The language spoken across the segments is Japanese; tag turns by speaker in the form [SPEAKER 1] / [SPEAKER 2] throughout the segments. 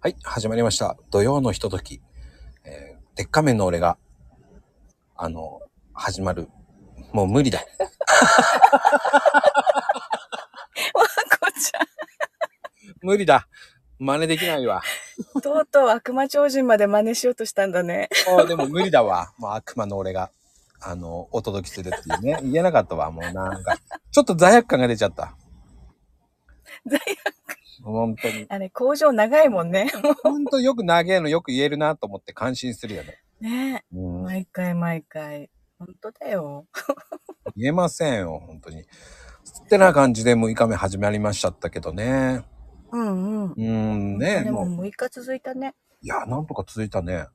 [SPEAKER 1] はい、始まりました。土曜のひととき、えー、でっかめの俺が、あの、始まる。もう無理だ。
[SPEAKER 2] わ こち
[SPEAKER 1] 無理だ。真似できない わ。
[SPEAKER 2] ゃん。とうとう悪魔超人まで真似しようとしたんだね。
[SPEAKER 1] もうでも無理だわ。もう悪魔の俺が、あの、お届けするっていうね。言えなかったわ。もうなんか、ちょっと罪悪感が出ちゃった。
[SPEAKER 2] 罪
[SPEAKER 1] 本当に。
[SPEAKER 2] あれ、工場長いもんね。
[SPEAKER 1] 本当よく長えのよく言えるなと思って感心するよね。
[SPEAKER 2] ね
[SPEAKER 1] うん
[SPEAKER 2] 毎回毎回。本当だよ。
[SPEAKER 1] 言えませんよ、本当に。ってな感じで6日目始まりましちゃったけどね。
[SPEAKER 2] うんうん。
[SPEAKER 1] うん、ね
[SPEAKER 2] で
[SPEAKER 1] も
[SPEAKER 2] も
[SPEAKER 1] う。
[SPEAKER 2] 6日続いたね。
[SPEAKER 1] いや、なんとか続いたね。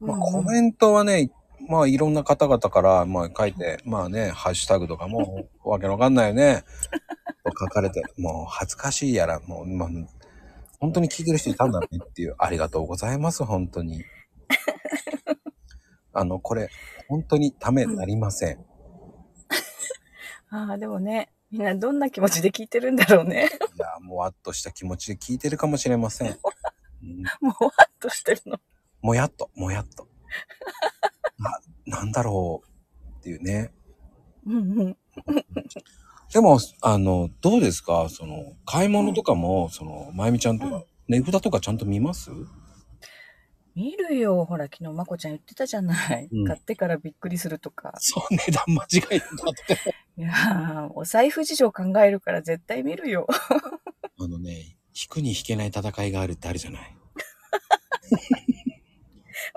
[SPEAKER 1] まあ、
[SPEAKER 2] うんう
[SPEAKER 1] コ
[SPEAKER 2] ん
[SPEAKER 1] メントはね、まあ、いろんな方々から、まあ、書いて、まあね、ハッシュタグとか も、わけのわかんないよね。と書かれて、もう、恥ずかしいやら、もう、まあ、本当に聞いてる人いたんだねっていう、ありがとうございます、本当 に。あの、これ、本当にためなりません。
[SPEAKER 2] ああ、でもね、みんなどんな気持ちで聞いてるんだろう
[SPEAKER 1] い
[SPEAKER 2] ね。
[SPEAKER 1] や、もわっとした気持ちで聞いてるかもしれません。うん
[SPEAKER 2] もわっとしてるの。
[SPEAKER 1] もやっと、もやっと。 な、なんだろうっていうね。
[SPEAKER 2] うんうん。
[SPEAKER 1] でも、あの、どうですかその、買い物とかも、その、まゆみちゃんと
[SPEAKER 2] う
[SPEAKER 1] か
[SPEAKER 2] ん、
[SPEAKER 1] 値札とかちゃんと見ます
[SPEAKER 2] 見るよ。ほら、昨日まこちゃん言ってたじゃない。
[SPEAKER 1] うん
[SPEAKER 2] 買ってからびっくりするとか。
[SPEAKER 1] そう、値段間違えたって。
[SPEAKER 2] いやー、お財布事情考えるから絶対見るよ。
[SPEAKER 1] あのね、引くに引けない戦いがあるってあるじゃない。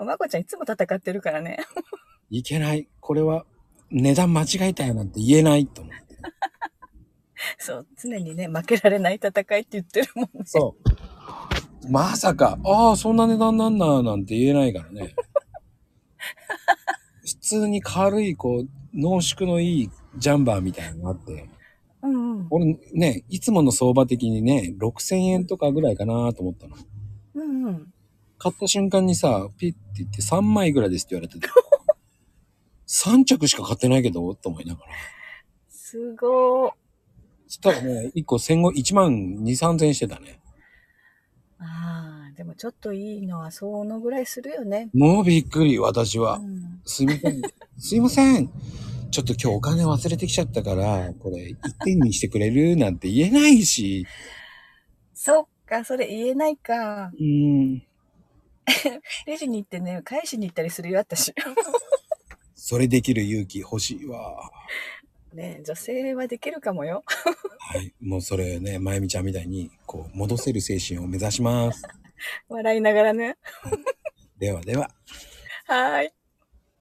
[SPEAKER 2] まこちゃんいつも戦ってるからね。
[SPEAKER 1] いけない。これは、値段間違えたよなんて言えないと思って。
[SPEAKER 2] そう、常にね、負けられない戦いって言ってるもんね。
[SPEAKER 1] そう。まさか、ああ、そんな値段なんだ、なんて言えないからね。 普通に軽い、こう、濃縮のいいジャンバーみたいなのがあって、
[SPEAKER 2] うんうん。
[SPEAKER 1] 俺ね、いつもの相場的にね、6000円とかぐらいかなと思ったの。
[SPEAKER 2] うんうん。
[SPEAKER 1] 買った瞬間にさ、ピッて言って3枚ぐらいですって言われてて。3着しか買ってないけど、と思いながら。
[SPEAKER 2] すごー。
[SPEAKER 1] そしたらね、1個1500、1万2、3000円してたね。
[SPEAKER 2] ああ、でもちょっといいのはそのぐらいするよね。
[SPEAKER 1] もうびっくり、私は
[SPEAKER 2] う。ん。
[SPEAKER 1] すいません。 すいません。ちょっと今日お金忘れてきちゃったから、これ1点にしてくれるなんて言えないし。
[SPEAKER 2] そっか、それ言えないか。
[SPEAKER 1] うーん。
[SPEAKER 2] レジに行ってね、返しに行ったりするよ、私。
[SPEAKER 1] それできる勇気欲しいわ。
[SPEAKER 2] ね女性はできるかもよ。
[SPEAKER 1] はい。もうそれね、まゆみちゃんみたいに、こう、戻せる精神を目指します。
[SPEAKER 2] 笑いながらね。
[SPEAKER 1] ではでは。
[SPEAKER 2] はーい。